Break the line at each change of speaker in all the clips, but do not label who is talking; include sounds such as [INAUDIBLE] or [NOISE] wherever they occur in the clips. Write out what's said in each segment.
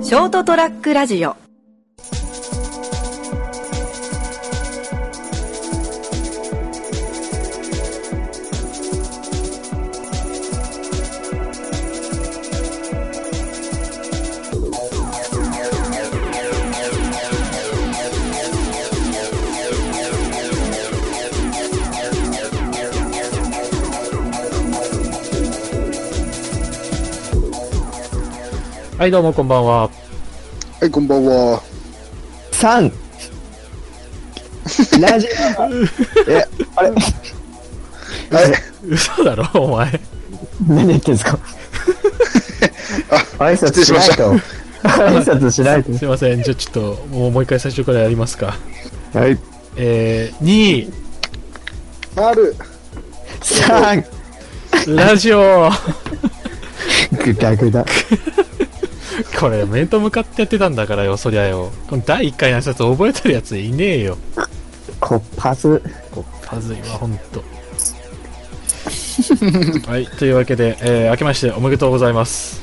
ショートトラックラジオ
はい、どうもこんばんは。
はい、こんばんは。
さんラジ
[LAUGHS]
オえ、あれ
はい、
嘘だろ、お前。
何言ってん
[LAUGHS]
すか挨拶しないと。挨拶しないと。
すいません、じゃあちょっと、もうもう一回最初からやりますか。
はい。
えー、
ある。
さん
2、ラジ [LAUGHS] オ
ぐだぐだ。
これ、面と向かってやってたんだからよ、そりゃよ。この第1回の挨拶覚えてるやついねえよ。
こっぱず。
はずいわ、ほん [LAUGHS] と。はい、というわけで、えー、明けましておめでとうございます。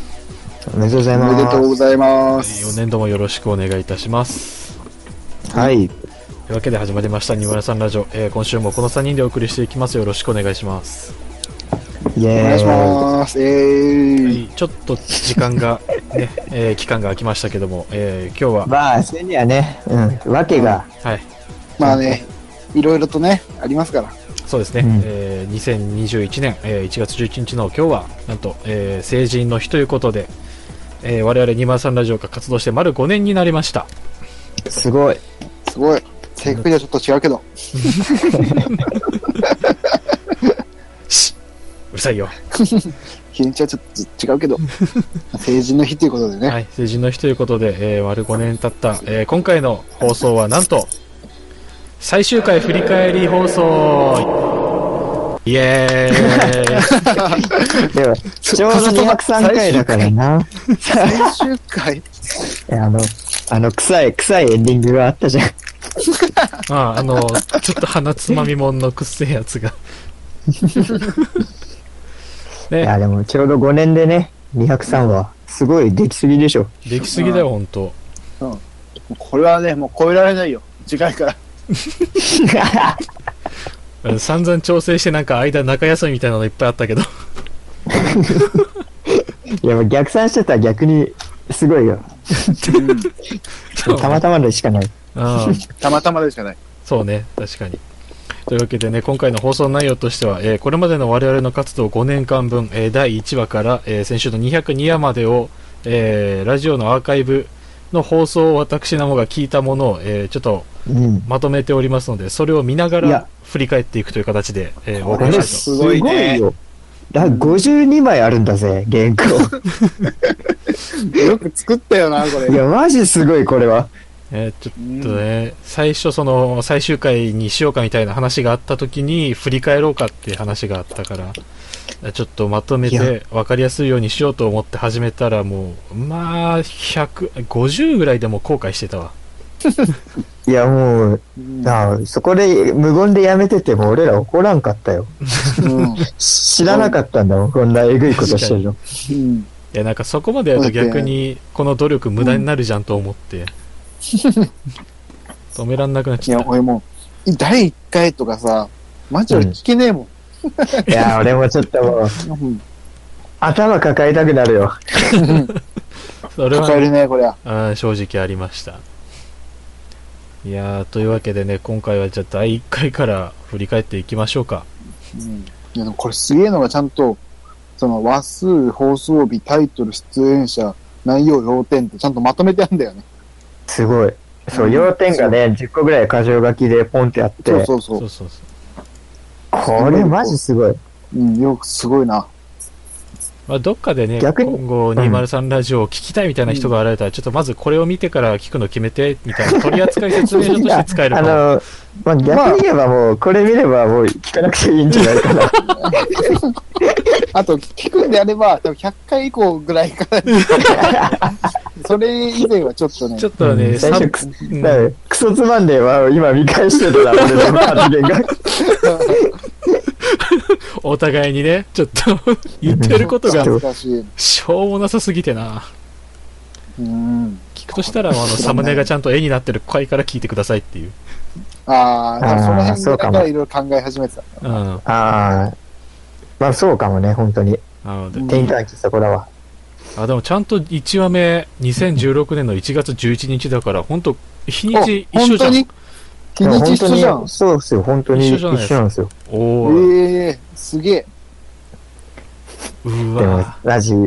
おめでとうござい
お
ます。
めでとうございま
4
す。
年度もよろしくお願いいたします。
はい。
というわけで始まりました、ニムラさんラジオ。えー、今週もこの3人でお送りしていきます。よろしくお願いします。
イ
お
ェ
願いし
ーイ。
ます。え
は
ー
いちょっと時間が、ね [LAUGHS] えー期間が空きましたけども、えー今日は、
まあ、それにはね、うん、わけが、
はい、
まあね、いろいろとね、ありますから。
そうですね、
うん
えー2021年、えー1月11日の今日は、なんと、えー成人の日ということで、えー我々203ラジオが活動して丸5年になりました。
すごい。
すごい。正確にはちょっと違うけど。
しうるさいよ。
日にちはちょっと違う [LAUGHS] けど。成人の日ということでね。
はい、成人の日ということで、えー丸5年経った、えー今回の放送はなんと、最終回振り返り放送イエ
[LAUGHS]
ーイ
でも、ちょうど203回だからな。
最終回
えあの、あの、臭い、臭いエンディングがあったじゃん。
ああ、あの、ちょっと鼻つまみもんのくっせえやつ
[LAUGHS]
が。
いや、
ね、
でも、ちょうど5年でね、203は、すごい出来すぎでしょ。
できすぎだよ、ほんと。
これはね、もう超えられないよ。次回から。
うん散々調整してなんか間中休みみたいなのいっぱいあったけど。
いや、もう逆算してたら逆に、すごいよ。たまたまでしかない。
うん
たまたまでしかない。
そうね、確かに。というわけでね、今回の放送内容としては、えーこれまでの我々の活動5年間分、えー第1話から、えー先週の202話までを、えーラジオのアーカイブの放送を私なもが聞いたものを、えーちょっと
うん。
まとめておりますので、それを見なが
い
ら
や
振り返っていくという形で、えー、お
こ
送り
れ
し
すごいよ。だ52枚あるんだぜ、原 [LAUGHS] 稿。
よく作ったよな、こ
い
れ。
や、マジすごい、これは。
たいと、えーちょっとね、最初その、最終回にしようかみたいな話があった時に、振り返ろうかっていう話があったから、ちょっとまとめ
いや
て分かりやすいようにしようと思って始めたら、もう、まあ、100、50ぐらいでもう後悔してたわ。
いや、もう、なあそこで無言でやめてても俺ら怒らんかったよ。
うん
知らなかったんだもん、こんなえぐいことしてるの。
うん
いや、なんかそこまでやると逆に、この努力無駄になるじゃんと思
[LAUGHS]
って、止めらんなくなっ
い
ちゃ
や
っ、た。
俺もう、第1回とかさ、マジ俺聞けねえもん。
いや、俺もちょっともう、
うん
頭抱えたくなるよ。
それは
抱えるね、これは。
あー正直ありましたいやーというわけでね今回はじゃあ第1回から振り返っていきましょうか
うんいやでもこれすげえのがちゃんと、その話数、放送日、タイトル、出演者、内容、要点ってちゃんとまとめてあるんだよね。
すごい。そう、要点がね、10個ぐらい箇条書きでポンってあって、
そうそうそ
そう
う。
そうそう、
これマジすごい。
うん、よくすごいな。
まあ、どっかでね今
逆に
後203ラジオを聞きたいみたいな人が現れたら、ちょっとまずこれを見てから聞くの決めてみたいな取扱説明書として使える
あ
かも
の、まあ、逆に言えばもう、これ見ればもう聞かなくていいんじゃないかな。
あと、聞くんであれば、多分100回以降ぐら
[LAUGHS]
いから、それ以前はちょっとね
ちょ、っとね、
うん最初くす
うん
だからクソつまんで、まあ、今見返してるな、俺の発言
[LAUGHS]
が。
お互いに [LAUGHS] ねちょっと言ってることが
うん
難しい。
しょうもなさすぎてな
うん。
聞くとしたら、あの、サムネがちゃんと絵になってる回から聞いてくださいっていう。
ああ、だからその辺
そうか
か
も
らいろいろ考え始めてたんだ
うん。な
ああ。まあそうかもね、本当に。
ので、
うん
転換期そこだわ。
あ、でもちゃんと1話目、2016年の1月11日だから、本当日に
あ
ち一緒
本
じ
当
ゃん
に。日にち一緒じゃ
本当
ん
に。そうですよ、本当に
一緒
一
じゃ
緒
ないですか
なんですよ。
おー、
ええすげえ。
う
でも
わ、
ラジ、い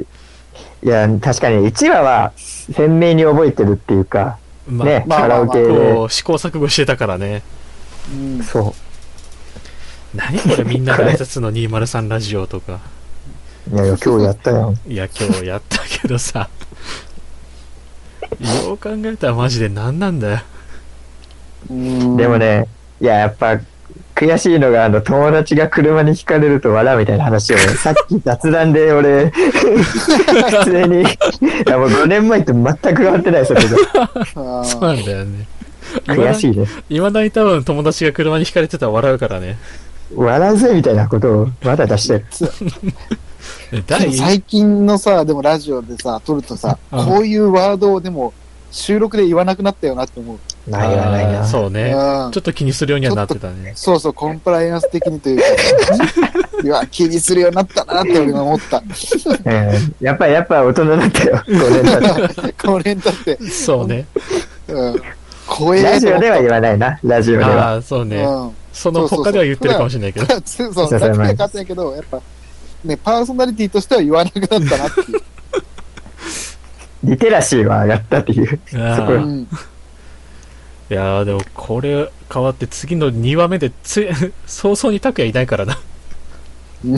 や、確かに1話は鮮明に覚えてるっていうか、
まあ、
ね、
まあ
カラオケ
こ
で。
う、試行錯誤してたからね。
うん。
そ
何これみんなで挨拶の203ラジオとか。
う。いや、今日やったよ。
いや、今日やったけど
[LAUGHS]
さ。よう考えたらマジで何なんだよ。
うん
でも。ね、いや、やっぱ、悔しいのが、あの、友達が車にひかれると笑うみたいな話を、
[LAUGHS]
さっき雑談で俺、普通
[LAUGHS]
に、いや、もう5年前と全く変わってないですよ、けど
あー
そうなんだよね。
悔しいね。
いまだに多分友達が車にひかれてたら笑うからね。
笑うぜ、みたいなことを、まだ出してる。
ね第一
最近のさ、でもラジオでさ、撮るとさ、
うん
こういうワードをでも収録で言わなくなったよなって思う。
ないわ、ない
あー
な。
そうね。
うん
ちょっと気にするようにはなってたね。
そうそう、コンプライアンス的にというか、いや、気にする [LAUGHS] ようになったなって俺は思った。 [LAUGHS]
うんやっぱ、やっぱ大人だったよ、5年
[LAUGHS]
経って。
これにとって、
そうね。
うん、怖え
ラ
な
ジオでは言わないな、ラジオでは。
ああ、そうね。
うん。
その他では言ってるかもしれないけど。
[LAUGHS] そうそう、さっきから変わってないけど、やっぱ、ね、パーソナリティとしては言わなくなったなっていう。
リテラシーは上がったっていう。
あ
そこ
う
ー
ん。
いやーでもこれ変わって次の2話目でつ、 [LAUGHS] 早々に拓也いないからな。
い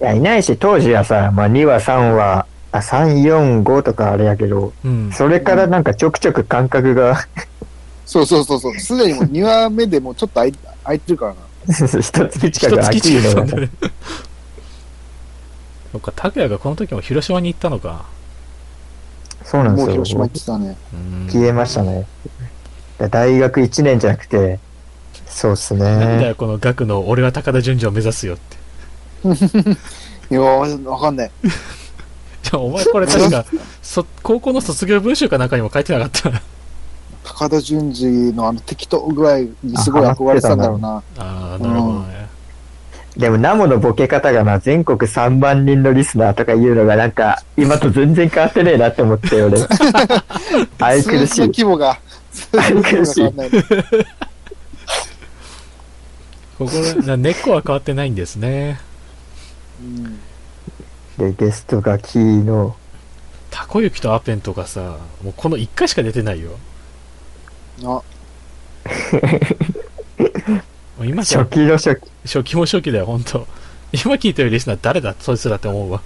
や、いないし、当時はさ、まあ、2話、3話、あ、3、4、5とかあれやけど、
うん。
それからなんかちょくちょく感覚が
そうそうそうそう。すでにもう2話目でもうちょっと空い空いてるからな。
一つ近
一
く空
月
き
近くな
いの
んだ
が、
ね。 [LAUGHS] そっか、拓也がこの時も広島に行ったのか。
そうなんで
もう
すよ。
広島来たね。
うん。
消えましたね。だ大学1年じゃなくて、そうっす
なんだ
ね。
よ、この額の俺は高田純次を目指すよって。 [LAUGHS]
いやー、わかんない。
じゃあ、お前これ確
[LAUGHS]
か、そ、高校の卒業文集かなんかにも書いてなかった。
高田純次のあの適当具合にすごい憧れてたんだろうな。
ああ、なるほどね。
でも、ナモのボケ方がな、全国3万人のリスナーとかいうのがなんか、今と全然変わってねえなって思って、
[LAUGHS]
俺。愛くる
数
し
字の
い。
規模が、数字の規模が変わんない。
ここら、根っこは変わってないんですね。
うん
で、ゲストがキーの、
たこゆきとアペンとかさ、もうこの1回しか出てないよ。
あ、 [LAUGHS]
もう今じゃ
初、期の初期。
初期も初期だよ、ほんと。今聞いてるリスナー誰だそいつらって思うわ。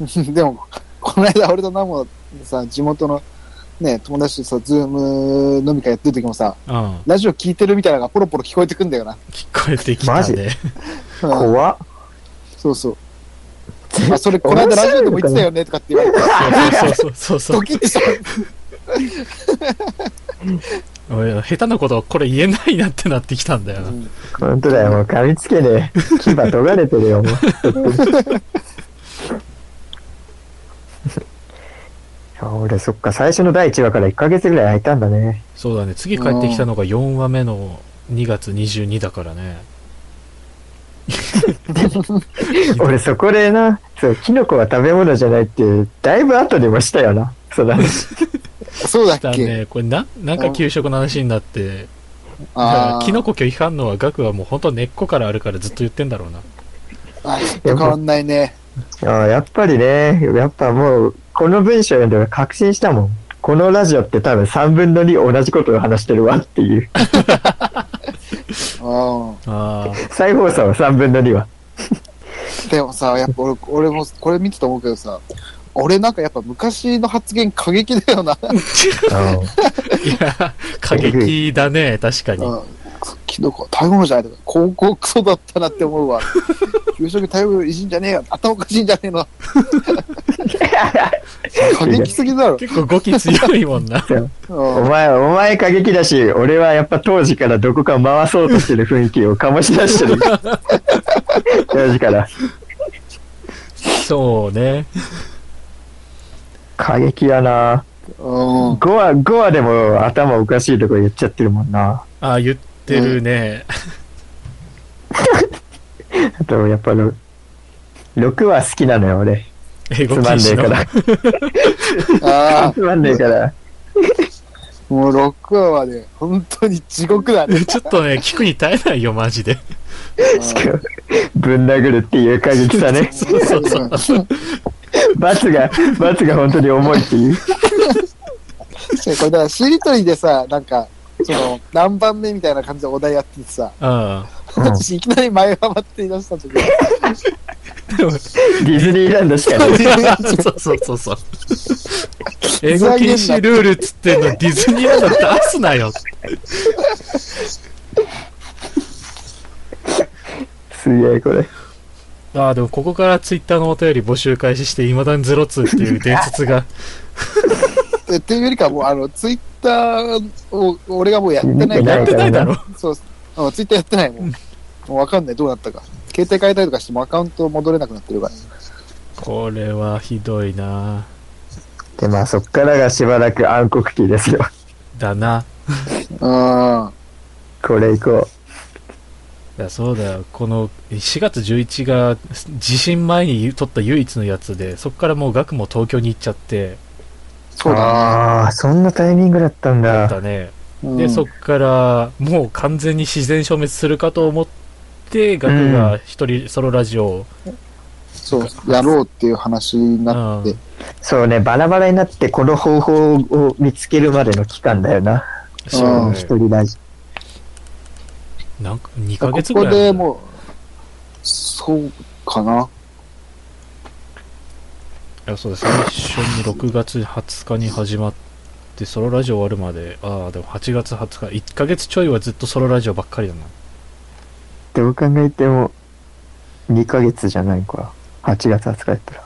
でも、この間俺とナモさ、地元のね、友達とさ、ズーム飲み会やってる時もさ、
うん。
ラジオ聞いてるみたいなのがポロポロ聞こえてくんだよな。
聞こえてきた
マジ
ね。
うん
怖っ。
そうそう。あ、それこの間ラジオでも言ってたよねとかって言われて、
[LAUGHS] そうそうそうそう
ドキッてした。
そう。俺下手なことはこれ言えないなってなってきたんだよな。
うん
本当だよ、もう噛みつけねえ。牙尖れてるよ、もう。 [LAUGHS] いや俺、そっか、最初の第1話から1ヶ月ぐらい空いたんだね。
そうだね。次帰ってきたのが4話目の2月22だからね。
俺、そこでな、そう、キノコは食べ物じゃないっていう、だいぶ後でもしたよな。そうだね。
そうだっ
だ
け
ね、これな、なんか給食の話になって、
あー
キノコ拒否反応は額はもうほんと根っこからあるからずっと言ってんだろうな。
あ、ちょっと変わんないね。
ああやっぱりね、やっぱもう、この文章読んで俺確信したもん。このラジオって多分3分の2同じことを話してるわっていう。 [LAUGHS]
うん。
あ
再放送は3分の2は。
でもさ、やっぱ俺、俺もこれ見てた思うけどさ、俺なんかやっぱ昔の発言過激だよな。
あ。いや、過激だね、確かに。
うん。キノコ、食べ物じゃないとか、高校クソだったなって思うわ。給食食べ物いじんじゃねえよ。頭おかしいんじゃねえの。過激すぎだろ。
結構語気強いもんな。
う
お
ん。
前、お前過激だし、俺はやっぱ当時からどこか回そうとしてる雰囲気を醸し出してる。当時から。
そうね。
過激やな
うん。
5話、5話でも頭おかしいとこ言っちゃってるもんな。
ああ、言ってるね。
あと、やっぱろ、6話好きなのよ、俺。
英
つ
語
ま
禁
んねえ
止
か
の。
ら。
あ
[LAUGHS] つまんねえから。
あ、もう6話まで、本当に地獄だね。
ちょっとね、聞くに耐えないよ、マジで。
しかも、ぶん殴るっていう過激さね。
そうそうそう。
罰が、罰が本当に重いっていう。
えこれだから、しりとりでさ、なんか、その、何番目みたいな感じでお題やっててさ、
うん。
うん
私いきなり前はまって言い出した時は、
ディズニーランドしかない。
そうそうそうそう。英語禁止ルールっつってんのにディズニーランド出すなよ。
すげえ、これ。
ああ、でもここからツイッターのお便り募集開始して、未だにゼロ通っていう伝説が。
えっていうよりかはもう、あの、ツイッターを、俺がもうやってないか
やっ
やって
な
てないい
だ
だ
ろ
ろ。
そう、あツイッターやってないもん。もうわかんない、どうなったか。携帯変えたりとかしてもアカウント戻れなくなってるから。
これはひどいな
で、まあ、そっからがしばらく暗黒期ですよ。
だな。
うん。
これいこ
いや、そうだよ。この4月11が地震前に撮った唯一のやつで、そこからもう学も東京に行っちゃって、
う。
そうだ
ああ、そんなタイミングだったん
だ
だ。
ったね。
ね。
で、そっ
か。
から、もう完全に自然消滅するかと思って、ガクが一人ソロラジオを、
そう、やろうっていう話になって。
そうね、バラバラになってこの方法を見つけるまでの期間だよな。
そ
うん
う
一人ラジ
なんか2
こ
ヶ月ぐ
こ
らい
で
だ
もう、そうかな。
いやそうですね一緒に6月20日に始まってソロラジオ終わるまでああでも8月20日1ヶ月ちょいはずっとソロラジオばっかりだな
どう考えても、2ヶ月じゃないか。8月20日やったら。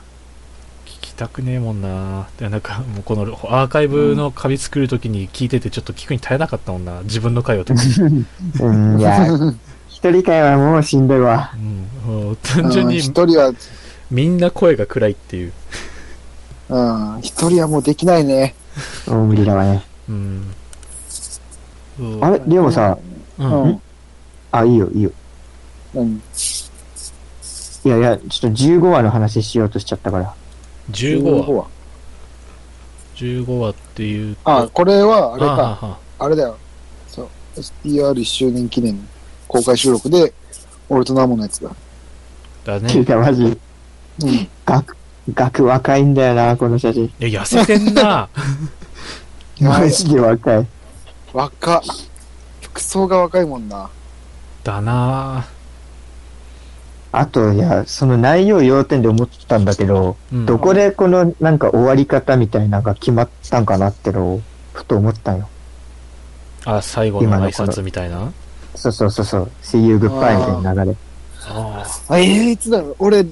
聞きたくねえもんなでなんかもうこのアーカイブのカビ作るときに聞いててちょっと聞くに耐えなかったもんな自分の回を
[LAUGHS]
とか、
うん、いや、一人会はもうしんどいわ。
うん、もう単純
うん
に
一人は、
みんな声が暗いっていう、
うん、一人はもうできないね。
もう無理だわね。
うん、そう
あれ、でもさ、
う、
うんん。
あ、いいよ、いいよ。
うん。
いやいや、ちょっと15話の話しようとしちゃったから。
15話15話っていうと
あ、これは、あれ
あ
か、
ああ
あれだよ。そう、SPR1 周年記念公開収録で、俺とナモのやつだ。
だ
聞い
ね
た、マジ。
うん。
学、学若いんだよな、この写真。
え痩せてんな
やば
マ
い
ジで若い。
若っ。服装が若いもんな。
だな
あと、いや、その内容要点で思ってたんだけど、
うん
どこでこのなんか終わり方みたいなのが決まったんかなってのを、ふと思ったんよ。
あ、最後の
今の
挨拶みたいな
そうそうそうそう、See you goodbye みたいな流れ。
あ
あ、ええいつだろう。俺、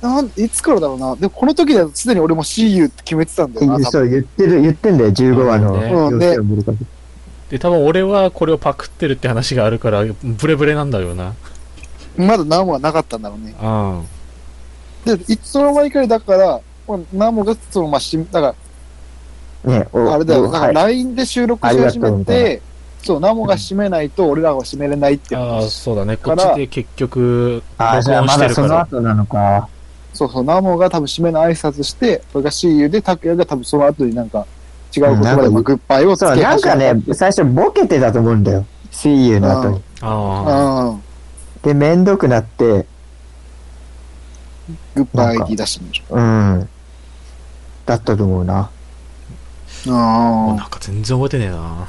なん、いつからだろうな。でも、この時ではすでに俺も CU って決めてたんだよな。多分
そう、言ってる、言ってんだよ、15話の
うん
要
ね
点を見る限り
で、多分俺はこれをパクってるって話があるから、ブレブレなんだろうな。
まだナモはなかったんだろうね。
うん。
で、いつの間にかだから、まあナモが、その、まあ、し、だから、
ね、お
あれだよ、
お
なん
は
か
い
LINE で収録し始
ありがと
め
うみたい
て、そう、ナモが閉めないと俺らは閉めれないっていう
ああ、
話。
そうだね。こ
か
っ
ら
ちで結局、
あー、じ
録
ゃあ
音
ま
して
だ
る
そ
か
の
ら。
後なのか。
そうそう、ナモが多分締めの挨拶して、それが CU で、拓也が多分その後になんか違う言葉で、
うんなんか
まあグッバイをつけ
そう、なん
始めた
かね、最初ボケてたと思うんだよ。See you の後
う
に。
ああ。
うん。
で、めんどくなって、
グッバイって言い出してみる。
うん。だったと思うな。
も
あ
う
あ。
なんか全然覚えてねえな。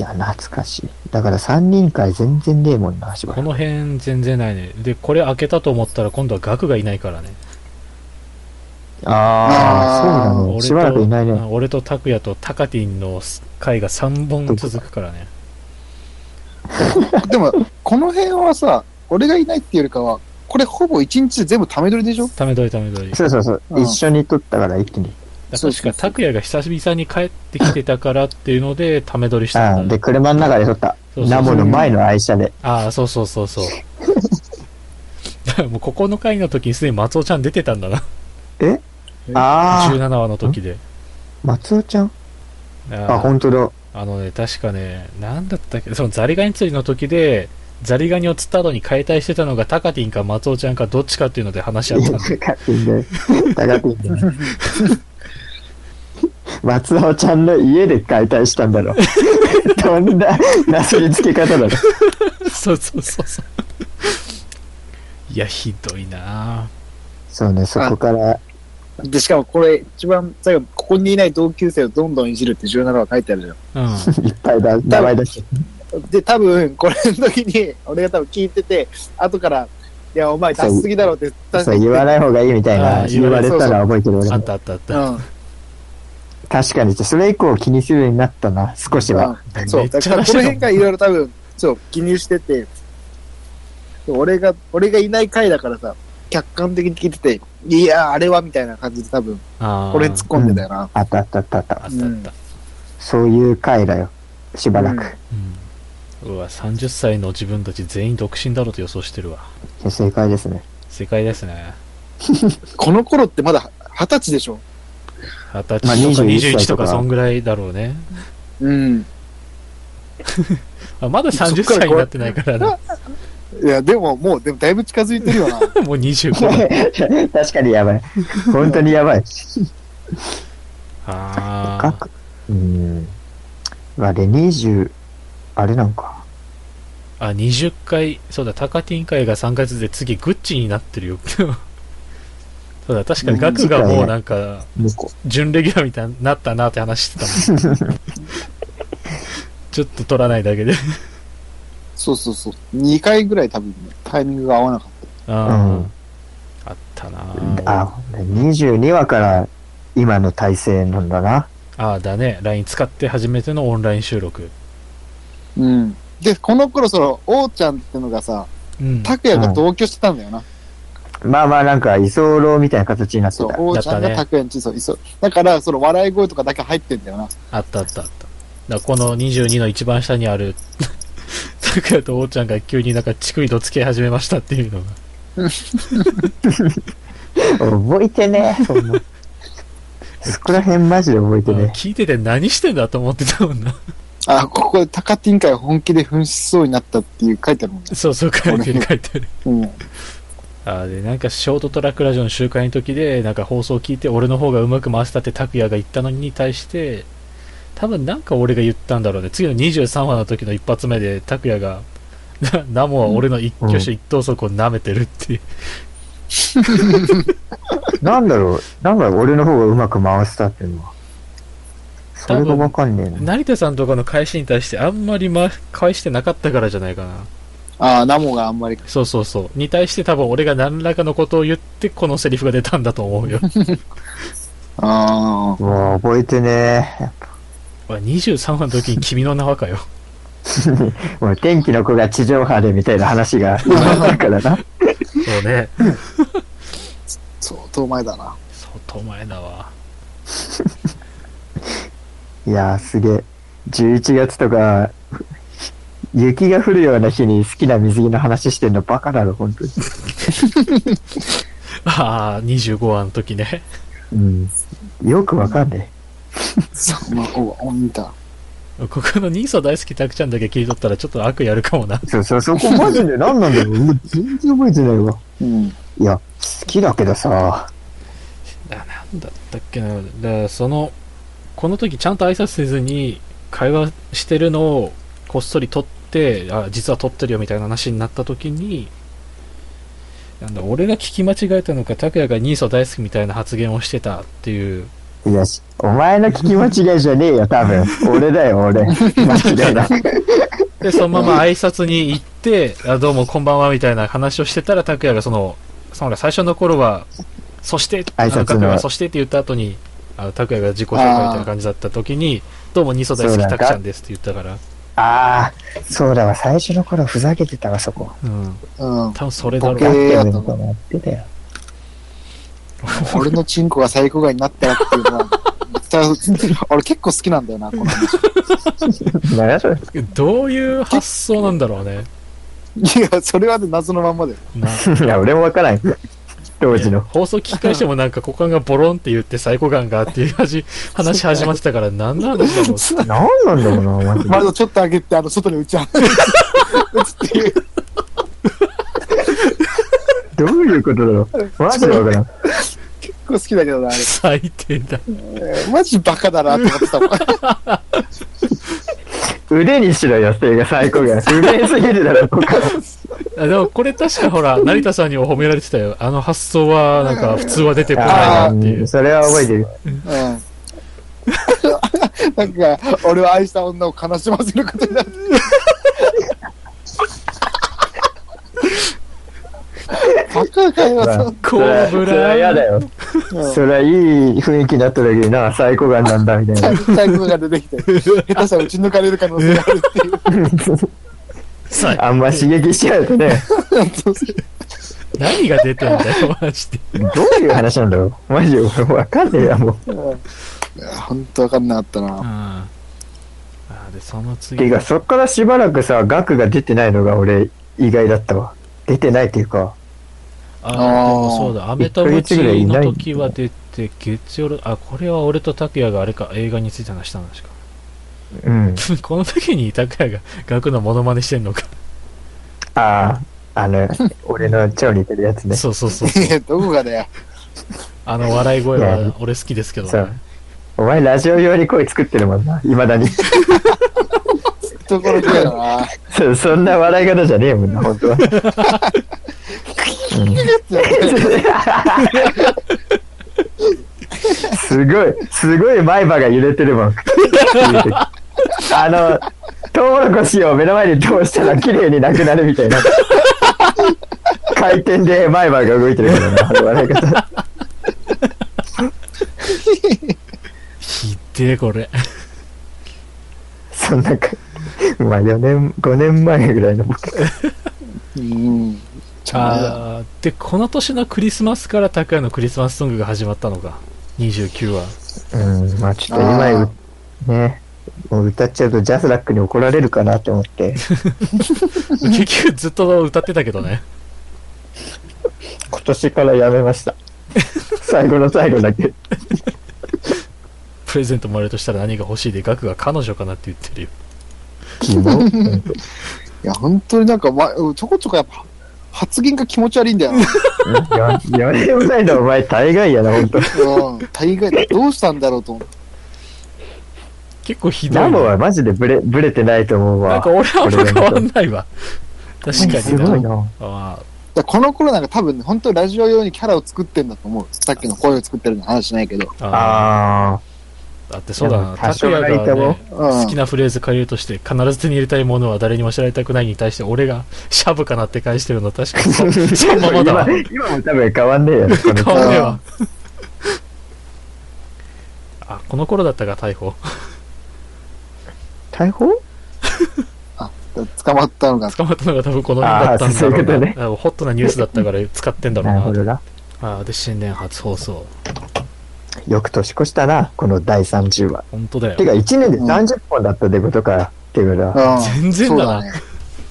いや、懐かしい。だから3人会全然ねえもんな、しば
こ
らく。
の辺全然ないね。で、これ開けたと思ったら今度はガクがいないからね。
ああ、
あー
そうだ
俺
ね。
と
しばらくいないね。
俺とタクヤとタカティンの回が3本続くからね。
でも、この辺はさ、俺がいないっていうよりかは、これほぼ一日で全部ため撮りでしょ
ためとりためとり。
そうそうそう。
うん
一緒に撮ったから一気に。
そう
確
そう
かタクヤが久々に帰ってきてたからっていうので、ため撮りし
あ
たん
ー
だ
で、。車の中で撮った。
そうそうそう
ナモの前の愛車で。
ああ、そうそうそうそう。 [LAUGHS] だからもうここの回の時にすでに松尾ちゃん出てたんだな。
ああ、
17話の時で。
松尾ちゃんあ、
あ
本当だ。
あのね、確かね、なんだったっけ、そのザリガニ釣りの時で、ザリガニを釣った後に解体してたのがタカティンか松尾ちゃんかどっちかっていうので話し合ったの。
高くん
[LAUGHS]
だよ。高くんだよ。松尾ちゃんの家で解体したんだ
[LAUGHS]
ろ。どんな、なすりつけ方だろ。
そうそうそうそう。いや、ひどいな
そうね、そこから、
で、しかもこれ、一番最後、ここにいない同級生をどんどんいじるって17話書いてあるじゃ
ぁ。うん。
いっぱいだ、名前出して。
ん。で、多分、これの時に、俺が多分聞いてて、後から、いや、お前出しすぎだろって、確
そう、言わない方がいいみたい
あ
な、
ー
言われたら覚えてる俺
あ
も
っ。たあったあった。
うん。
確かに、それ以降気にするようになったな、少しは。
うんそ
め
う、
っちゃ
だから
らしい
こ
な
の辺がいろいろ多分、そう、記入してて、そう俺が、俺がいない回だからさ、客観的に聞いてて、いやー、あれはみたいな感じで多分、
あー
これ突っ込んでたよな。
あったあったあったあった
あ。ったあった。
そういう回だよ。しばらく。
うん。うわ、30歳の自分たち全員独身だろうと予想してるわ。
正解ですね。 [LAUGHS]
正解ですね。
この頃ってまだ二十歳でしょ
二十
まあ
歳とか
21
21と
と
か
か
そんぐらいだろうね。
うん。
あまだ30歳になってないからな。
いや、でももう、でもだいぶ近づいてるよな。 [LAUGHS]
[LAUGHS] もう25だ。
確かにやばい。本当にやばい。
あー
各うん。あれ、20、あれなんか。
あ、20回、そうだ、タカティン会が3ヶ月で次、グッチになってるよ。 [LAUGHS] そうだ、確かにガクがもうなんか、
猫。
準レギュラーみたいになったなって話してたもん。 [LAUGHS] ちょっと取らないだけで。
そうそうそう。二回ぐらい多分、タイミングが合わなかっ
あ
うん
ーあったなあ
あ、22話から今の体制なんだな。
あーだね。LINE 使って初めてのオンライン収録。
た。うん。で、この頃、その、王ちゃんってのがさ、
うん。
拓也が同居してたんだよな。
まあまあなんか居候みたいな形になって
そう、
た。
王ちゃ
だ
ん
った
が
ね
拓也にそう、いそう。だから、その笑い声とかだけ入ってんだよな。
あったあったあった。だからこの22の一番下にある、 [LAUGHS] タクヤとおーちゃんが急になんか乳首と付き合い始めましたっていうのが。
覚えてね
[LAUGHS]
え、そんな。そこら辺マジで覚えて
あ
ね
聞いてて何してんだと思ってたもんな。
あ、ここでタカティン会本気で噴出しそうになったっていう書いてあるもんね。
そうそう、書いてる書いてる。
うん。
あで、なんかショートトラックラジオの集会の時で、なんか放送聞いて、俺の方がうまく回したって拓也が言ったのに対して、多分なんか俺が言ったんだろうね。次の23話の時の一発目で拓也が、 [LAUGHS] なナモは俺の一挙手一投足を舐めてるっていう。
え。なんだろう、なんだろう、俺の方がうまく回したっていうのは。それがわかんねえな。
成田さんとかの返しに対してあんまり、ま、返してなかったからじゃないかな。
ああ、ナモがあんまり。
そうそうそう。に対して多分俺が何らかのことを言ってこのセリフが出たんだと思う [LAUGHS] よ。
ああ。
もう覚えてねえ。
俺23話の時に君の名はかよ。
もう天気の子が地上波でみたいな話が生まれたからな。
そう [LAUGHS] ね。
相当前だな。 [LAUGHS]
相当前だわ。
いやーすげえ。11月とか、雪が降るような日に好きな水着の話してんのバカだろ、本当に。
ああ、25話の時ね。 [LAUGHS]
うん。よくわかんね
そう、まあ、お、お、見た。
ここの人相大好きタクちゃんだけ切り取ったらちょっと悪やるかも [LAUGHS] な。
え。そうそう、そこマジで何なんだろう。もう全然覚えてないわ。
うん。
いや、好きだけどさ。
あなんだったっけな。だからその、この時ちゃんと挨拶せずに会話してるのをこっそり撮って、あ、実は撮ってるよみたいな話になった時に、なんだ、俺が聞き間違えたのか、拓也がニーソ大好きみたいな発言をしてたっていう、
いや、しお前の聞き間違いじゃねえよ、多 [LAUGHS] 分。俺だよ、俺。間違いだ。 [LAUGHS]
で、そのまま挨拶に行って、あどうもこんばんはみたいな話をしてたら、拓也がその、その最初の頃は、そして、あの
挨拶の
拓也がそしてって言った後に、あの拓也が自己紹介みたいな感じだった時に、どうもニーソ大好
そう
き
なんだ
拓ちゃんですって言ったから、
ああ、そうだわ、最初の頃ふざけてたわ、そこ。
うん。
うん。
多分それだろ
ボ
う
ケ。
ええ、とかやってたよ。
俺のチンコが最高外になったらっていうのは、た [LAUGHS] 俺結構好きなんだよな、この話。
なんだそ [LAUGHS] れ。
どういう発想なんだろうね。
いや、それはね、謎のまんまで。
ない
や、俺もわからん。当時の。
放送聞き返してもなんか股間がボロンって言ってサイコ感がっていう話話始まってたから何なんだろう
[LAUGHS] 何なんだろう [LAUGHS] な、マジで。
窓ちょっと開けて、あの、外に打ち上げる。 [LAUGHS] 打つっていう。
どういうことだろう。マジでわからん。
結構好きだけどな、あれ。
最低だ
えーマジバカだなって思ってたもん。
腕にしろよ、せいが最高が。不便すぎるだろ、僕は。
あでもこれ確かほ
[LAUGHS]
ら成田さんにも褒められてたよあの発想はなんか普通は出てこない
あ
な
あ
ってい
ー、
う
それは覚えてる。
うん。なんか、俺を愛した女を悲しませることになる。バカかよ、そん
コブ
それは嫌だ
ラ
よ。
なの。
それはいい雰囲気になっただけでな、最高がなんだ、みたいな。
最後が出てきて、下手したら打ち抜かれる可能性があるっていう。
最
あんま刺激しちゃうとね、
何が出てんだよマジで
どういう話なんだろう。マジで俺わかんねえや、も
いや本当わかんなかった
う
な。
んあでその
う。
次
てか、そっからしばらくさ、額が出てないのが俺、意外だったわ。出てないっていうか、
あ
あー
でもそうだ、アメタバチの時は出て、月曜の、あ、これは俺と拓也があれか、映画について話したんですか。 [LAUGHS]
うん。
この時に拓也が額のモノマネしてんのか。
ああ、あの、俺の超似てるやつね。
そうそうそう。
いやどこがだよ。
あの笑い声
い
は
や
俺好きですけど
そ
ね
う。お前ラジオ用に声作ってるもんな、未だに。
ところがだな。
そそんな笑い方じゃねえもんな、本当は。うんすごい、すごい前歯が揺れてるもん。あの、トウモロコシを目の前に通したら綺麗になくなるみたいな。回転で前歯が動いてるからな、あの笑い方。
ひでえ、これ。
そんなか、まあ4年、5年前ぐらいの僕。
うん。ちゃ
あーで、この年のクリスマスから拓也のクリスマスソングが始まったのか。29話。
[LAUGHS] うん、まあちょっと今
あ
う、ね、もう歌っちゃうとジャスラックに怒られるかなって
[LAUGHS]
思って。
結局ずっと歌ってたけどね。
今年からやめました。最後の最後だけ。
プレゼントもらえるとしたら何が欲しいで、額が彼女かなって言ってるよ。
キモ。
いや、本当になんか、ま、ちょこちょこやっぱ、発言が気持ち悪いんだよな。
ややめもないのお前大概やな、本当。
うん。大概だ、どうしたんだろうと思って。
結構ひどいね、
ラボはマジでブレ、ブレてないと思うわ。
なんか俺はあんま変わんないわ。確か
す
に
ごい
な。
な。
あ
だからこの頃なんか多分、ね、本当にラジオ用にキャラを作ってんだと思う。さっきの声を作ってるの話しないけど。
ーあ
あ
ー。だってそうだ
で
な。
も多
拓
少
也
なり
が、
とも
ね、
うん。
好きなフレーズ借りるとして、必ず手に入れたいものは誰にも知られたくないに対して、俺がシャブかなって返してるの確
[LAUGHS]
かにそそ [LAUGHS] のままだわ。
今今も多分変わんねえやろ、この
[LAUGHS] 変わんねえわ。あ、この頃だったか、逮捕。
逮捕
捕まったのが。
捕まったのが多分この辺だったんだ
あーそういうこ
ろ
と
うな
ね
あのホットなニュースだったから使ってんだろ
なるほ
うな。
どな。
あーで、新年初放送。
よく年越したな、この第30話。
本当だ
て
よ。
か、1年で30本だったってことか。っていうのは、
うん。
全然だな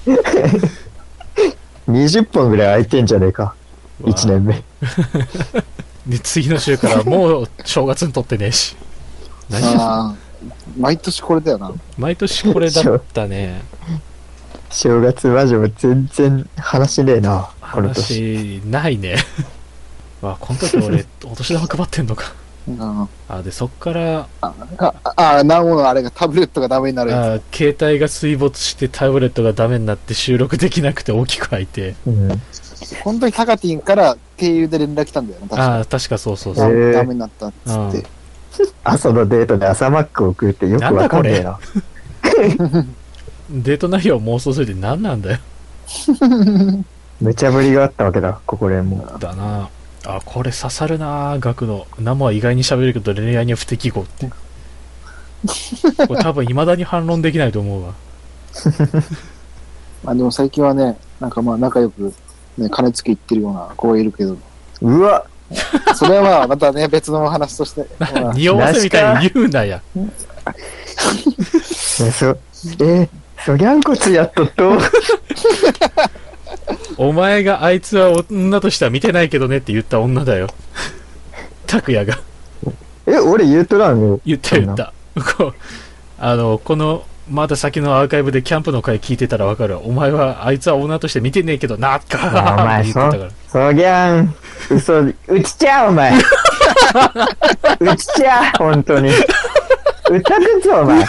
そうね。
20本ぐらい空いてんじゃねえか。1年目。
で、次の週からもう正月に撮ってねえし。何
あー毎年これだよな。
毎年これだったね。
正月魔女も全然話しねえな、 [LAUGHS] この年。
話、ないね。 [LAUGHS] わ、この時俺、お年玉配ってんのか。
うん。あ
あ、で、そっから、
あ、なおのあれがタブレットがダメになるや
あ携帯が水没してタブレットがダメになって収録できなくて大きく開いて。
うん。
つ。この時、タカティンから経由で連絡来たんだよな、確か
ああ、確かそうそう
え
そう。
ー
ダメになったっつって。
朝のデートで朝マックを食うってよくわかんねえな。
デート内容を妄想するって何なんだよ。
無茶ぶりがあったわけだ、ここでもう。
だなあ、これ刺さるな額の。生は意外に喋るけど恋愛には不適合って。これ多分未だに反論できないと思うわ。
まあでも最近はね、なんかまあ仲良く、ね、金付き行ってるような子がいるけど、
うわ
それはまたね、別のお話と
[LAUGHS]
して。まあ
匂わせみたいに言うなや。 [LAUGHS]
えそ、えそぎゃんこつやっとっと。
お前があいつは女としては見てないけどねって言った女だよ。拓也が。
え、俺言うとらんの
言った言った。こうあの、この、まだ先のアーカイブでキャンプの回聞いてたらわかるわ。お前は、あいつは女として見てねえけどな、か
いやお前
って [LAUGHS] 言ってたから。
そぎゃん。嘘、うちちゃう
[LAUGHS]
お前。うちちゃう、本当に。歌くんぞ、お前。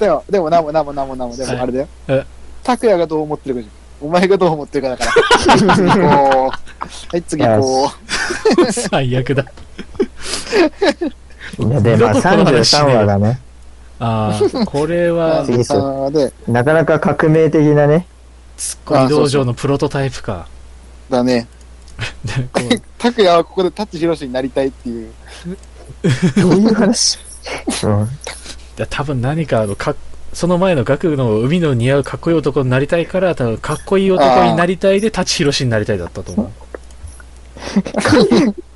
だよ。でも、なもなもなもなも、で
はい
もあれだよ
え。
拓也がどう思ってるかじゃん。お前がどう思ってるかだから。
[LAUGHS]
次行こう。はい、次行こう。
最悪だ。
いやで、まあ、33話がね、
あ
[LAUGHS]
あ、これは、
次ですよ
あーで、
なかなか革命的なね、
ツッコミ道場のプロトタイプか。
だね。
でこう
拓也はここで舘ひろしになりたいっていう。
どういう話うん
いや多分何かあのかその前の学の海の似合うかっこいい男になりたいから多分かっこいい男になりたいで舘ひろしになりたいだったと思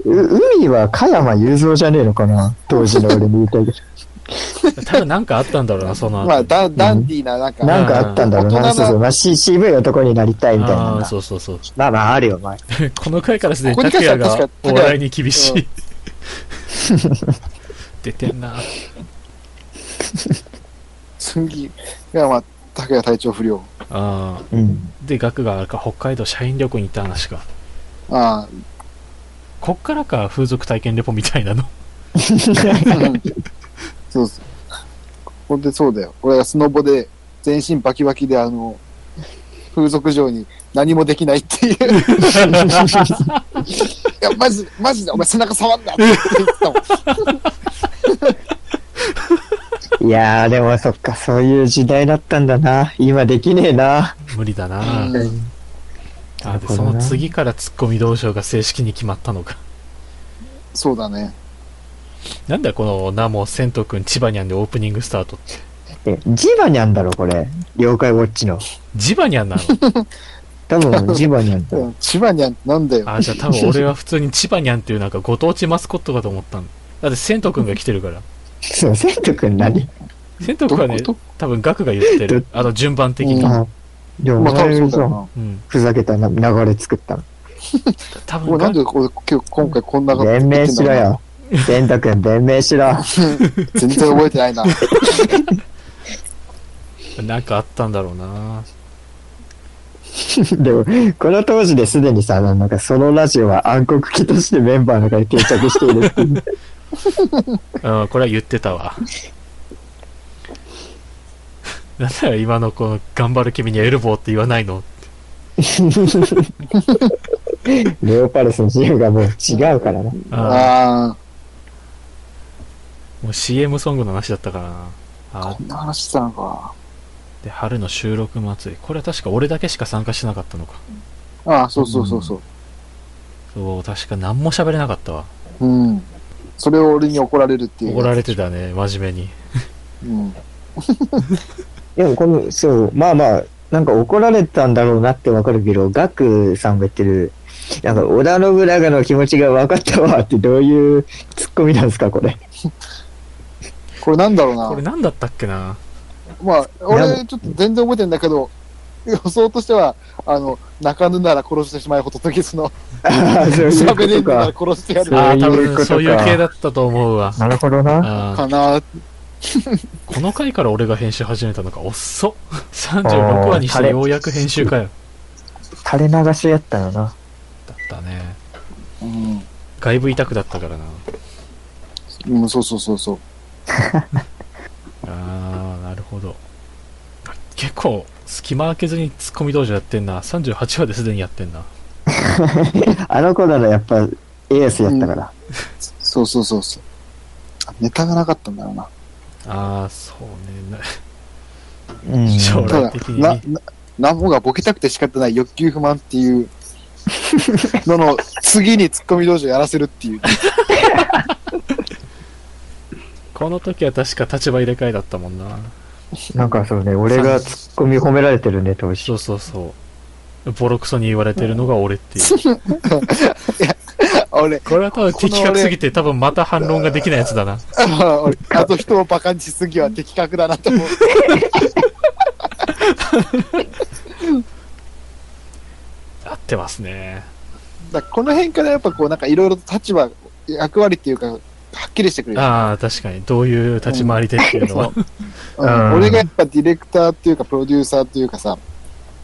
う
う海は加山雄三じゃねえのかな当時の俺に言いたいけ
多分何かあったんだろうなその後、
まあ、ダンダンディーな、なん
ど。
か。
なんかあったんだろう
大人
な。
の
そうそう。まあ、し渋い男になりたいみたいな
あ
の
ー
が。
そうそうそう [LAUGHS]
まあまあ、あるよ、お前。
この回からすでに
ここに関
拓
しては
也が
確か
お
に
笑いに厳し
う
い [LAUGHS] 出てんな
次いやまあ、拓也体調不良。
あ
[LAUGHS]
うん。
ーで学があれか北海道社員旅行に行った話か
ああ。
こっからか風俗体験レポみたいなの
うん [LAUGHS] そうそう。ほんでそうだよ。俺がスノボで全身バキバキであの、風俗場に何もできない
[LAUGHS]
っていう。いや、マジ、マジでお前背中触んなって言ってたもん。
いやー、でもそっか、そういう時代だったんだな。今できねえな。
無理だな、
うん
あーでその次からツッコミ道場が正式に決まったのか
そうだね。
なんだこの名も千とくん千葉にゃんでオープニングスタートって
えジバニャンだろ、これ。妖怪ウォッチの。
ジバニャンなの
多分、ジバニャンだ
う
よ。
ん、千葉にゃんってなんだよ。
あじゃあ多分俺は普通に千葉にゃんっていうなんかご当地マスコットかと思ったんだって千とくんが来てるから
そう、セント君何
千とくんはね
どういうこ
多分ガクが言ってるあの順番的に、
うん
あでも、お
まあ、多
前
分そうだよ
さ、
な。
うん、
ふざけたな流れ作ったの。
多分
俺な
ガ
んで
ク
俺今日今回こんなこと言って
弁
んだろうな
明しろ。よ。セント君、弁明しろ。 [LAUGHS]
全然覚えてないな。
なんかあったんだろうな
でも、この当時ですでにさ、なんかそのラジオは暗黒期としてメンバーの中に定着しているっていう。
うん、これは言ってたわ。 [LAUGHS] なんだよ、今のこの頑張る君にエルボーって言わないの
レオパルスの自由がもう違うからな。
あ
あ
ーもう CM ソングの話だったからな。
あ、
あ
こんな話してたのか。
ーで、春の収録祭り。これは確か俺だけしか参加してなかったのか。
ああ、そうそうそうそう。
そう、確か何も喋れなかったわ。
うん。それを俺に怒られるっていう。
怒られてたね、真面目に。
うん。
でも、この、そう、まあまあ、なんか怒られたんだろうなってわかるけど、ガクさんが言ってる、なんか、織田信長の気持ちが分かったわってどういうツッコミなんですか、これ。
これなんだろうな。
これ何だったっけな
まあ、俺、ちょっと全然覚えてんだけど、予想としては、あの、泣かぬなら殺してしまえほとときすの、
ああ、そういう
喋
こ
れ
と
んなら
か。
殺してやる
ああ、多
そういうこと
分
か
そういう系だったと思うわ。
なるほどな。
あ
かな。
ーこの回から俺が編集始めたのか、遅っ。36話にしてようやく編集かよ。
垂れ流しやったのな。
だったね。
うん。
外部委託だったからな。
うん、そうそうそうそう。
ああ、なるほど。結構、隙間開けずに突っ込み道場やってんな。38話ですでにやってんな。
あの子ならやっぱ、エースやったから。
そうそうそうそう。ネタがなかったんだろうな。
ああ、そうね。な
うん。
将
た
来
だ
的、に
な、な、なんもがボケたくて仕方ない欲求不満って
[LAUGHS]
いう、のの、次にツッコミ道場やらせるっていう。
この時は確か立場入れ替えだったもんな。
なんかそうね、俺がツッコミ褒められてるね、当時
そ。うそうそう。ボロクソに言われてるのが俺っていう。
俺、
これは多分的確すぎて多分また反論ができないやつだな。
俺、あと人をバカにしすぎは的確だなと思う。
あってますね。
だからこの辺からやっぱこうなんかいろいろと立場、役割っていうか、はっきりしてくれる。
ああ、確かに。どういう立ち回りでっていうのは。
うん
うん
俺がやっぱディレクターっていうかプロデューサーっていうかさ、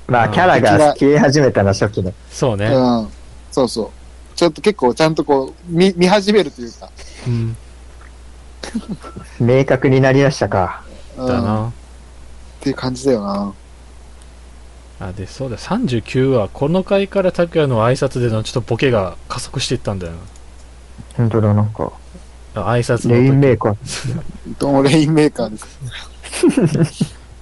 まあ、キャラが消え始めたな、初期の。
そう
う
ね。
ん、そうそう。ちょっと結構ちゃんとこう見見始めるというか、
うん。
明確になりましたか。
うん、
だな。
っていう感じだよな。
あでそうだ39話この回から拓也の挨拶でのちょっとボケが加速していったんだよ
本当だ、なんか。
な挨拶
レイン
の
メーカー。
どうもレインメーカーです。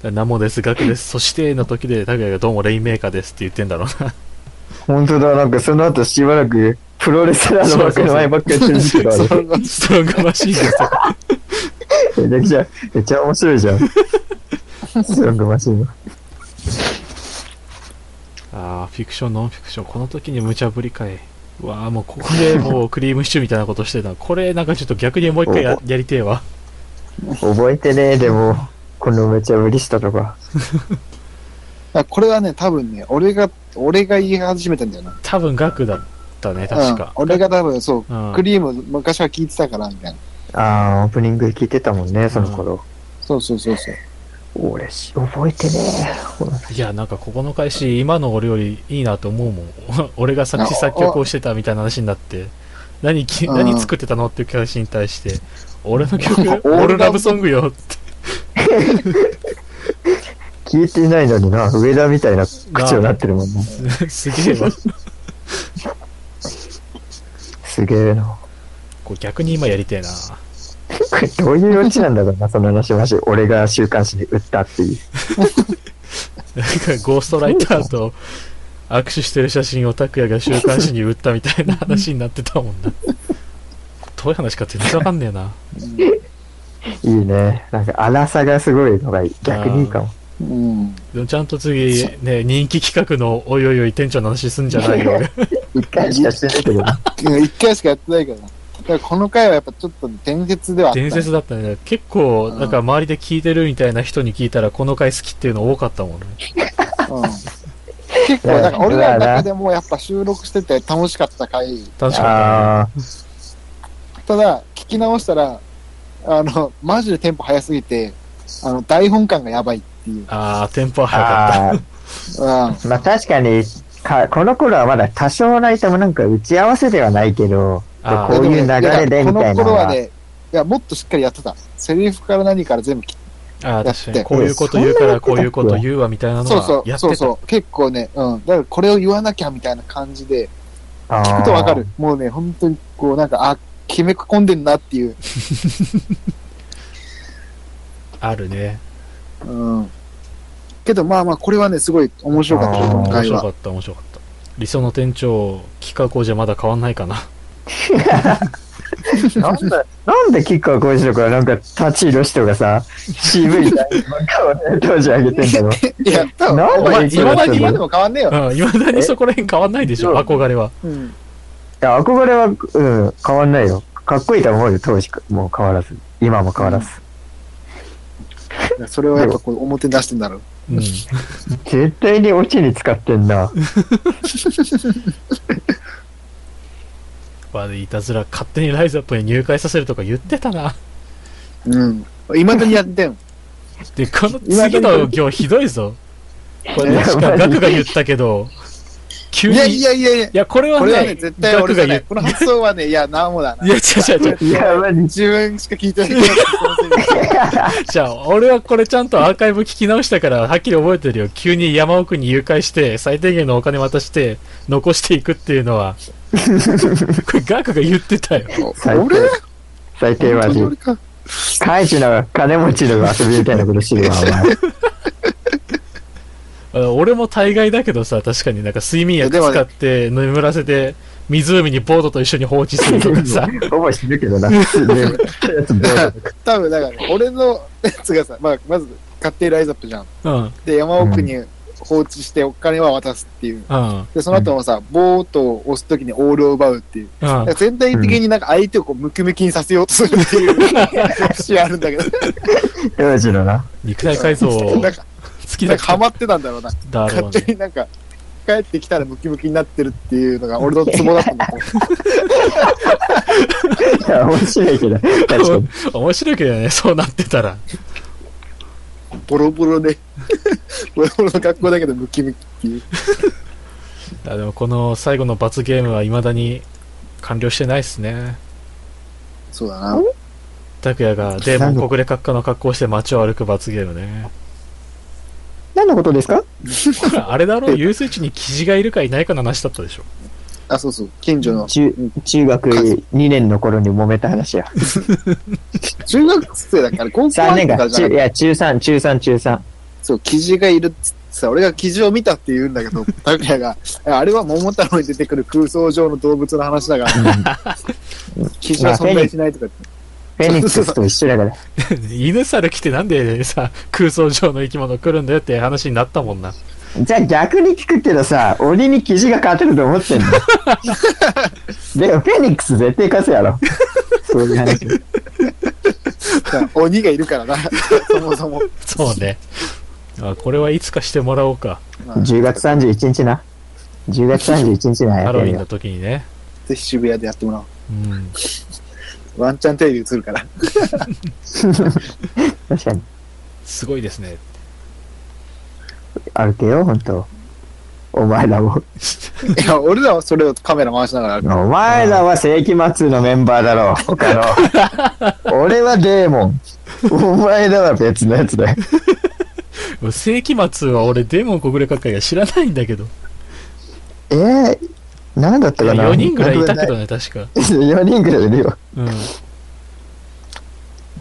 時名もですガクですそしての時で拓也がどうもレインメーカーですって言ってんだろうな [LAUGHS]
本当だ、なんかその後しばらく、プロレスラーの枠の前ばっかりやってるんですけど、あ
ス
[LAUGHS]
れ
トロングストロングマシーンですよ
めちゃくちゃ、めっちゃ面白いじゃん。ストロングマシンの。
ああフィクションノンフィクションこの時に無茶ぶりかいうわあもうここで
[LAUGHS]
もうクリームシチューみたいなことしてたのこれなんかちょっと逆にもう一回ややりてえわ
覚えてねえ、でも、このめちゃぶりしたとか。
あこれはね、多分ね、俺が、俺が言い始めたんだよな。
多分ガクだったね確か、
うん、俺が多分そう、
うん
クリーム昔は聞いてたから、みたいな。
ああ、オープニング聞いてたもんね、その頃。
そうそうそうそう。
俺し、覚えてね
いやなんかここの開始今の俺よりいいなと思うもん [LAUGHS] 俺が作詞作曲をしてたみたいな話になって何き
うん
何作ってたのっていう開始に対して俺の曲
[LAUGHS] 俺が
俺ラブソングよって
え。聞いてないのにな、上田みたいな口をなってるもんね。
[LAUGHS] すげえわ
すげえな。 [LAUGHS]
こう逆に今やりてえな
これどういうオチなんだろうな、その話マジ。俺が週刊誌に売ったっていう。
なんかゴーストライターと握手してる写真を拓也が週刊誌に売ったみたいな話になってたもんなどういう話か全然わかんねえない
いね。なんか、荒さがすごいのがいい逆にいいかも。
うん。
でもちゃんと次ね人気企画のおいおいおい店長の話すんじゃない
[LAUGHS]
よ
一回
しかしてないけど。
うん一回しかやってないからな。だからこの回はやっぱちょっと伝説ではあった、
伝説だったね結構
うん
なんか周りで聞いてるみたいな人に聞いたらこの回好きっていうの多かったもんね
うん。結構、なんか俺らの中でもやっぱ収録してて楽しかった回。
楽しかっ
ああ、
ただ、聞き直したら、あの、マジでテンポ早すぎて、あの、台本感がやばいっていう。
たねああーテンポは早かった
あ
うん。
あ、まあ確かに、か、この頃はまだ多少ないともなんか打ち合わせではないけど、
あー
こういう流れでみた
この
いなの
頃は
は。
ね、いや、もっとしっかりやってた。セリフから何から全部聞
ああ
だっ
確
て
かにこういうこと言うからこういうこと言うわみたいなの
そうそ
は
う、
やっ
そう
てた
そう。結構ね、うん。だからこれを言わなきゃみたいな感じで、聞
聞
くとわかる。。もうね、本当にこう、なんか、あ、決め込んでんなっていう。
あるね
うん。けど、まあまあ、これはね、すごい面白かったよ、
あー
今
面
回
白
は。
かった面白かった理想の店長企画王じゃまだ変わんないか [LAUGHS] な
なんだ、なんでキッカー工事とかなんか立ち色人がさ、渋い顔で当時上げてんだろう。
いや、多分、
なん
お前
で
今ま
い
で
つもやってんの
今でも変わんねえよ。
いま、未だにそこら辺変わんないでしょ
え
憧れは
うん。
いや、憧れは、うん、変わんないよ。かっこいいと思うよ、当時か。もう変わらず。今も変わらず。
それをやっぱこう、表に出してんだろう。
うん
絶対にオチに使ってんな。
まあいたずら勝手にライズアップに入会させるとか言ってたな [LAUGHS]
うん。未だにやってん。
でこの次の行ひどいぞこれ確かガクが言ったけど急
[LAUGHS] い
に
やいやいやいや
い。や、これは
こ
ね、
れはね、絶対俺じゃない。
ガ
この発想はね、いや、なんもだな
クが言う。い。や、違う違う違う。
いや、マジ。
自分しか聞いてないけどこのセリフ。
じゃあ、俺はこれちゃんとアーカイブ聞き直したから、はっきり覚えてるよ。急に山奥に誘拐して、最低限のお金渡して、残していくっていうのは。これ、ガクが言ってたよ。
最低
俺
最低マ
本当
ジ
に。俺か
カイジの金持ちの遊びみたいなことしてるわ、お前。
あ俺も大概だけどさ、確かになんか睡眠薬使って、眠らせて、湖にボードと一緒に放置する
[LAUGHS]
とかさ。
ほぼ死ぬけどな。普通ねやつどうだろ
[LAUGHS] 多分だから、俺の [LAUGHS] やつがさ、まあ、まず、勝手にライズアップじゃん。
うん、うん。
で、山奥に放置してお金は渡すっていう。
うん。
で、その後もさ、ボートを押すときにオールを奪うっていう。だから全体的になんか相手をこうムキムキにさせようとするって [LAUGHS] いう節あるんだけど、
う当時のな。
肉体改造
な
好
んか、
き
[LAUGHS]
だ
なんかハ
か
マってたんだろうな。
らだろう
勝手
ね。
になんか、帰ってきたらムキムキになってるっていうのが俺のツボだった
[LAUGHS]
んだけど
いや、面白いけど。確かに。
面白いけどね、そうなってたら。
ボロボロで、ボロボロの格好だけどムキムキっていう。
あでもこの最後の罰ゲームは未だに完了してないっすね。
そうだな。
拓也がデーモン国連閣下の格好をして街を歩く罰ゲームね。
何のことですか
これ [LAUGHS] あれだろ、遊水地にキジがいるかいないかの話だったでしょ。
あ、そうそう。近所の。
中、中学2年の頃に揉めた話や。
中学生だから、高校
3
生
年
だか
から
じゃない
中、
くて
や、中3、中3、中3。
そう、記事がいるっつってさ、俺が記事を見たって言うんだけ
[LAUGHS]
ど、拓也が、いやあれは桃太郎に出てくる空想上の動物の話だから、記事は存在しないとか言って。
フェニックスと一緒だから。
[LAUGHS] 犬猿来てなんでさ、空想上の生き物来るんだよって話になったもんな。
じゃあ逆に聞くけどさ、鬼にキジが勝てると思
[LAUGHS]
ってんのでもフェニックス絶対勝つやろ。そういう話。
[LAUGHS]
だから鬼がいるからな、そもそも。
そうね。あこれはいつかしてもらおうか。
まあ
10月31日な。10月31日な
ハ
や
ロウ
る
ィンの
よ。
時にね。
ぜひ渋谷でやってもらおう。
うん。
ワンチャンテレビ映るから。 [LAUGHS]
確かに。
すごいですね。
歩けよ、本当お前らも。
いや、俺らはそれをカメラ回しながら歩
お
く。
前らは世紀末のメンバーだろう。
[LAUGHS]
他の。俺はデーモン。お前らは別のやつだよ。
世紀末は俺、デーモン国連閣下が知らないんだけど。
えー、何だったかな
4人ぐらいいたけどね、確か。
4人ぐらいいるよ。
うん。 [LAUGHS]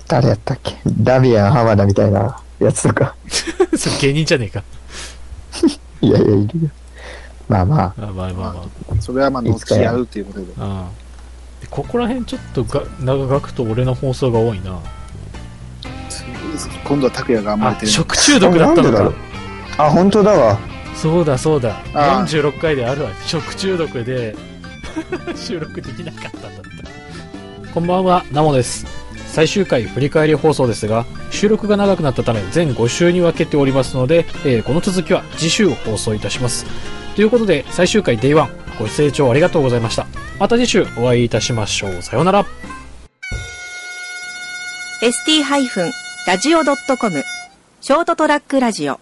誰やったっけダビアン浜田みたいなやつとか。
それ芸人じゃねえか。
いやいや、いるよ。まあま
あ
あ、
まあまあまあ。
それはまあ、乗付き合うということで。
うんでここら辺ちょっとが長くと俺の放送が多いな
今度は拓也が甘え
あ
てる。
食中毒だったの
あなん
か
であ、本当だわ。
そうだそうだ
あー
46回であるわ食中毒で [LAUGHS] 収録できなかったんだったこんばんはナモです最終回振り返り放送ですが収録が長くなったため全5週に分けておりますので、えーこの続きは次週放送いたしますということで最終回 Day1 ご清聴ありがとうございましたまた次週お会いいたしましょうさようなら
ST-radio.com ショートトラックラジオ